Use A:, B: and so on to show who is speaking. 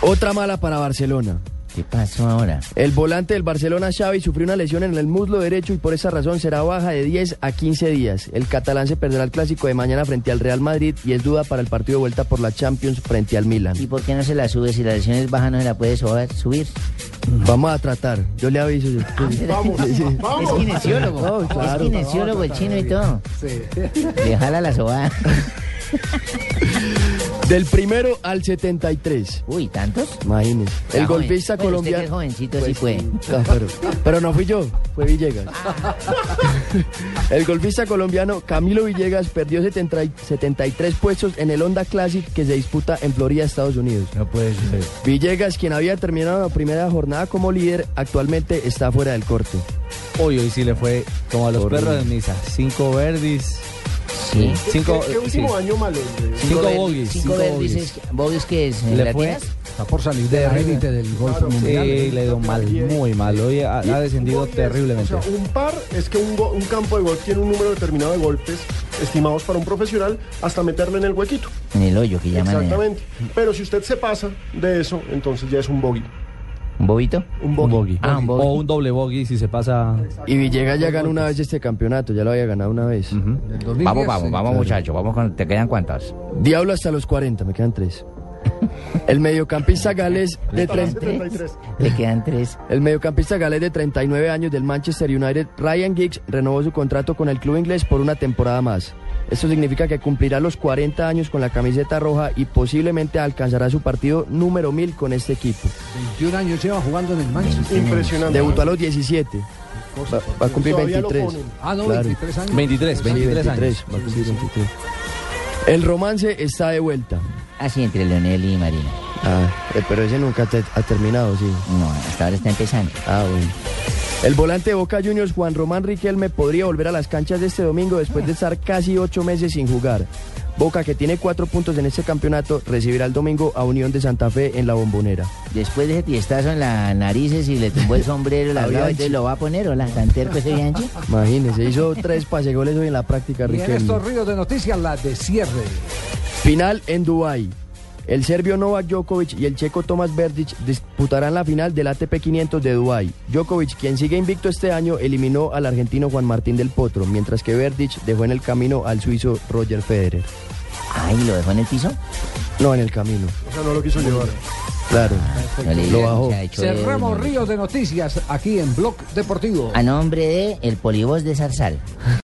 A: Otra mala para Barcelona.
B: ¿Qué pasó ahora?
A: El volante del Barcelona Xavi sufrió una lesión en el muslo derecho y por esa razón será baja de 10 a 15 días. El catalán se perderá el clásico de mañana frente al Real Madrid y es duda para el partido de vuelta por la Champions frente al Milan.
B: ¿Y por qué no se la sube? Si la lesión es baja, no se la puede sobar- subir.
A: Vamos a tratar. Yo le aviso. yo-
B: Vamos, Es kinesiólogo.
A: No, claro.
B: es kinesiólogo el chino y todo. Le jala la sobada.
A: Del primero al 73.
B: Uy, ¿tantos?
A: Imagínese. El
B: Ah, joven.
A: golpista
B: Bueno, usted que es
A: colombiano.
B: jovencito, sí fue. Ah.
A: Ah, pero, pero no fui yo, fue Villegas. El golfista colombiano Camilo Villegas perdió 70 y- 73 puestos en el Honda Classic que se disputa en Florida, Estados Unidos.
C: No puede ser.
A: Villegas, quien había terminado la primera jornada como líder, actualmente está fuera del corte.
C: Hoy, hoy sí le fue como a los
A: Horrible.
C: perros de Niza. Cinco verdis.
B: Sí.
C: Cinco,
D: ¿Qué último
C: sí.
D: año eh, malo? hombre?
C: Cinco
B: ver-
C: bogies,
B: Cinco
C: cinco
B: verdes.
C: bogies.
B: es- ¿Bogies que es? eh,
C: Le fue
B: ¿Latinas?
E: Está por salir de la élite del golf mundial.
C: Sí, le ha ido mal, muy mal. Hoy ha, ha descendido
D: Golpes,
C: terriblemente.
D: O sea, un par es que un, go- un campo de golf tiene un número determinado de golpes estimados para un profesional hasta meterle en el huequito.
B: En el hoyo que llaman. eh,
D: Exactamente. Pero si usted se pasa de eso, entonces ya es un bogey.
B: ¿Un bobito?
D: Un
C: Un
D: bogey.
C: bogey.
B: Ah, un bogey.
C: O un doble bogey si se pasa.
A: Y Villegas ya ganó una vez este campeonato, ya lo había ganado una vez.
E: del 2010,
B: Vamos, vamos,
E: sí.
B: vamos, muchachos. Vamos con... ¿Te quedan cuántas?
A: Diablo hasta los 40, me quedan tres. El mediocampista galés de
D: Estarán
A: 30.
D: 73.
B: Le quedan tres.
A: El mediocampista galés de 39 años del Manchester United, Ryan Giggs, renovó su contrato con el club inglés por una temporada más. Esto significa que cumplirá los 40 años con la camiseta roja y posiblemente alcanzará su partido número 1000 con este equipo.
E: 21 años lleva jugando en el Manchester.
D: Impresionante.
A: Debutó a los 17, va, va a cumplir
D: Todavía lo
A: 23.
D: ponen.
E: Ah, no,
A: Claro.
E: 23 años.
C: 23, 23,
A: Sí,
C: años.
A: va a cumplir 23. El romance está de vuelta.
B: Así entre Leonel y Marina.
A: Ah, eh, pero ese nunca te- ha terminado, sí.
B: No, hasta ahora está empezando.
A: Ah, bueno. El volante de Boca Juniors, Juan Román Riquelme, podría volver a las canchas de este domingo después de estar casi ocho meses sin jugar. Boca, que tiene cuatro puntos en este campeonato, recibirá el domingo a Unión de Santa Fe en la bombonera.
B: Después de ese tiestazo en las narices y le tumbó el sombrero, la
A: A
B: brava,
A: Bianchi.
B: entonces lo va a poner, hola, tan terco ese Bianchi.
A: Imagínese, hizo tres pasegoles hoy en la
E: Y
A: práctica
E: en
A: Riquelme.
E: estos ríos de noticias, la de cierre.
A: Final en Dubái. El serbio Novak Djokovic y el checo Tomas Verdic disputarán la final del ATP 500 de Dubái. Djokovic, quien sigue invicto este año, eliminó al argentino Juan Martín del Potro, mientras que Verdic dejó en el camino al suizo Roger Federer.
B: Ay, ¿lo dejó en el piso?
A: No, en el camino,
D: O sea, no lo quiso llevar.
A: claro.
B: No le
A: Lo
B: digan,
A: bajó.
B: se ha hecho de
E: Cerramos
B: uno.
E: ríos de noticias aquí en Blog Deportivo.
B: A nombre de el polivoz de Zarzal.